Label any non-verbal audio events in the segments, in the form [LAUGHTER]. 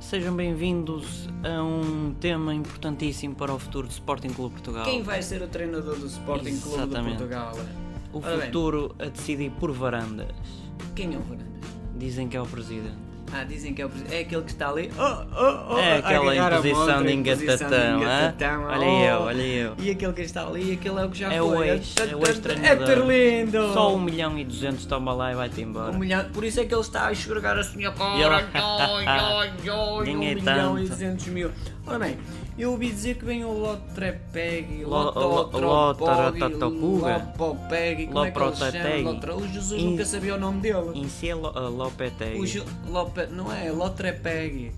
Sejam bem-vindos a um tema importantíssimo para o futuro do Sporting Clube Portugal. Quem vai ser o treinador do Sporting Clube de Exatamente. Portugal? O Ora bem. futuro a decidir por varandas. Quem é o Varandas? Dizem que é o presidente. Ah, dizem que é o presidente. É aquele que está ali. Oh, oh, oh, é a aquela agarrar a imposição montra, de a imposição de engatatão, hã? engatatão, Olha oh. eu, olha eu. E aquele que está ali, aquele é o que já É foi. o ex, é o ex-treinador. É lindo! Só 1 milhão e 200 toma lá e vai-te embora. Um milhão, por isso é que ele está a esfregar assim E [LAUGHS] agora. ele- Ai, ai, ai, um Ninguém milhão e tanto. 200 mil. Ora bem, eu ouvi dizer que vem o Lotrepeg, Lo- Lotaratapuga. Lopopeg, como é que ele se Loprotepeg. chama? Lotra- O Jesus In- nunca sabia o nome dele. Em si é Lo- a Lopetegui. O Ju- Lope- não é, Lotrepeg.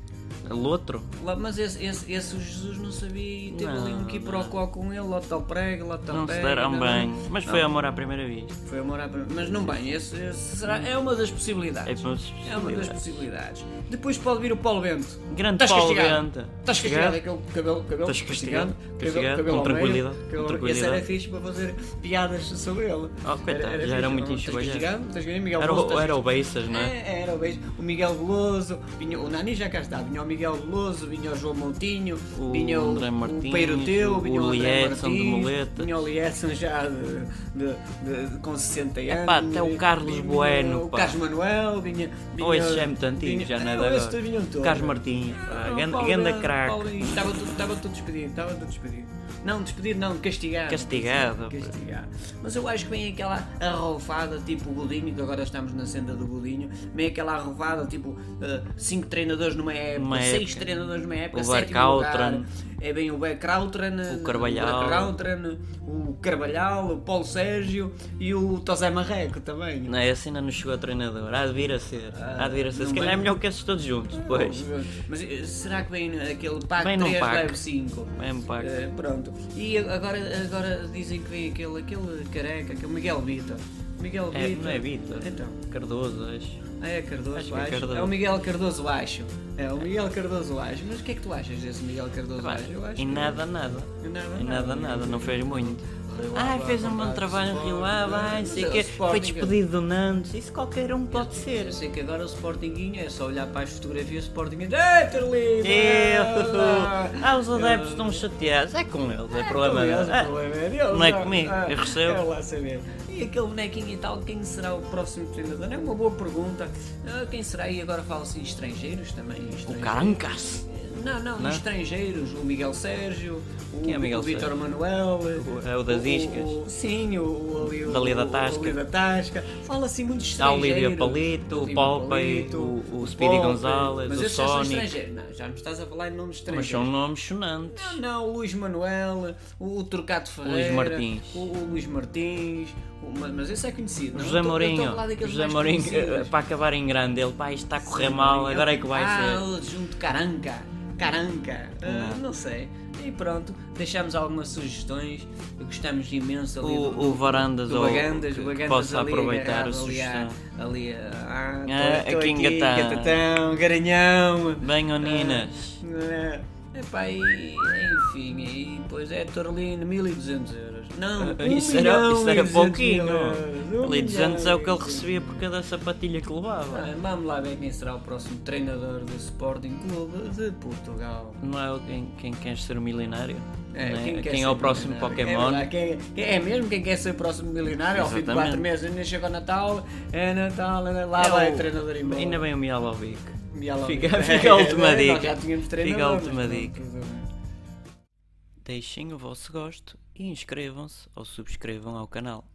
Lotro? Lá- Mas esse, esse, esse o Jesus não sabia e teve Não, ali um que procó com ele, Lotopreg, Lotopeg. é? Não se deram bem. Mas foi amor à primeira vista. Foi amor à primeira- Mas não bem, esse, esse será, é uma das É possibilidades. uma das É uma das possibilidades. possibilidades. Depois pode vir o Paulo Bento. Grande Estás Paulo castigado. Bento. Estás castigado, aquele cabelo, cabelo. Estás castigado, castigado, castigado, com ao meio, tranquilidade, cabelo- com Esse era tranquilidade. fixe para fazer piadas sobre ele. Oh, coitado, já fixe. era muito Estás enxovalhado. castigado? Estás castigado? Miguel Era Veloso, o, estás era o Beiças, não é? é, era o beijo. O Miguel Veloso, vinha, o Nani já cá está, vinha o Miguel Veloso, vinha o João Montinho, O vinha o, André Martins, o Peiro Teu, o vinha o André Liedson de Martins, muletas. vinha o Liedson já de, de- de- de- com 60 anos. Epá, até o Carlos vinha Bueno, O pá. Carlos Manuel, vinha... vinha Ou esse já é muito antigo, vinha- Ah, já não é Não, de esse agora. vinham todos. Carlos Martins, pá, Não, ganda- Paulo ganda Bento, craque. Paulinho, Estava tudo, estava tudo despedido, estava tudo despedido. Não, despedido não, castigado. Castigado, pá. Castigado. Mas eu acho que vem aquela arrofada, tipo o Godinho, que agora estamos na senda do Godinho, vem aquela arrofada, tipo 5 treinadores numa Numa época, 6 época. treinadores numa época, O sétimo Bergkautran. lugar. É bem o Bekrautran, O Carvalhal. o, Bergkautran, o Carvalhal, o Paulo Sérgio e o Tosé Marreco também. é? Não, esse ainda não chegou a treinador. Há de vir a ser. Há de vir a ser. não Se calhar é vem. melhor que esses todos juntos, pois. Mas eh, será que vem aquele pack Vem num 3 pack. leve 5? Vem um pack. Eh, pronto. E agora, agora dizem que vem aquele, aquele careca, aquele Miguel Vitor. Miguel É, Vitor. não é Vitor? Então. Cardoso, acho. Ah, é Cardoso, Acho que é acho. Cardoso. É o Miguel Cardoso, acho. É o Miguel Cardoso, acho. Mas o que é que tu achas desse Miguel Cardoso, Pá, acho? Eu acho E que- nada, nada. E nada, E nada, nada. nada. Não fez muito. Rio Ai, Ave, fez um bom combate, trabalho no Rio Sporting, Ave, ai, não sei o é quê. Foi Sporting. despedido do Nantes. Isso qualquer um pode ser. Eu sei que agora o Sportinguinho é só olhar para as fotografias do Sportinguinho. É, Terlindo! é Eu- Ah, os adeptos estão chateados. É com eles, é problema deles. Ah, problema é deles, não é comigo, eu recebo. quero lá saber. E aquele bonequinho e tal, quem será o próximo treinador? É uma boa pergunta. Ah, quem será? E agora fala-se em estrangeiros também. O estrangeiros. Carancas. Não, não, Não? estrangeiros. O Miguel Sérgio, o, Quem é Miguel o Vitor Sérgio? Manuel. O- é o das iscas. o- sim, o, o, ali, o, Dali da o- o- Tasca. ali da Tasca. Fala-se assim muito de Há o estrangeiros. Lídia Palito, o Olívia Palpei, Palito, o, o Speedy Pope. Gonzalez, Mas o esses já são Sonic. estrangeiros. Não, já me estás a falar em nomes Mas estrangeiros. são nomes sonantes. Não, não, o Luís Manuel, o, o Trocado Ferreira, Martins. o, o Luís Martins, o- ma- mas esse é conhecido. Não? José Eu tô- eu tô a Mourinho, falar daqueles José mais Mourinho, eh, conhecidos. para acabar em grande, ele, pá, isto está a correr José mal, Mourinho. agora é que vai ah, ser. o junto Caranca, Caranca, ah, não. sei. E pronto, deixámos algumas sugestões, gostamos imenso ali do, O, o Varandas do ou Bagandas, que, o que Bagandas possa ali aproveitar a agarrado ali à- sugestão. Ali, a- ah, Ah, tô- tô aqui em Gatão. Gatatão, Garanhão. Bem, ó Ninas, É, Epá, e, enfim, e depois é Torlino, 1200 euros. Não, [LAUGHS] Ah, um isso, era, milhão isso e era 200 mil pouquinho. euros, um Ali 200 é o que milhão ele e 200 recebia por cada sapatilha que levava. Ah, Vamos lá ver quem será o próximo treinador do Sporting Clube de Portugal. Não é o quem, quem quer ser o milionário? Não é? quer Quem ser é o próximo milionário? Pokémon? É, verdade, quem- quem- é mesmo quem quer ser o próximo milionário ao fim de Exatamente. 4 meses, ainda chega o Natal, é Natal, é- lá É vai o- o treinador embora. Ainda bem o Mialovic. Mialovic. Fica, [LAUGHS] fica a última É, Nós dica. já tínhamos Fica a treinador, mas última pronto, dica. tudo bem. Deixem o vosso gosto e inscrevam-se ou subscrevam ao canal.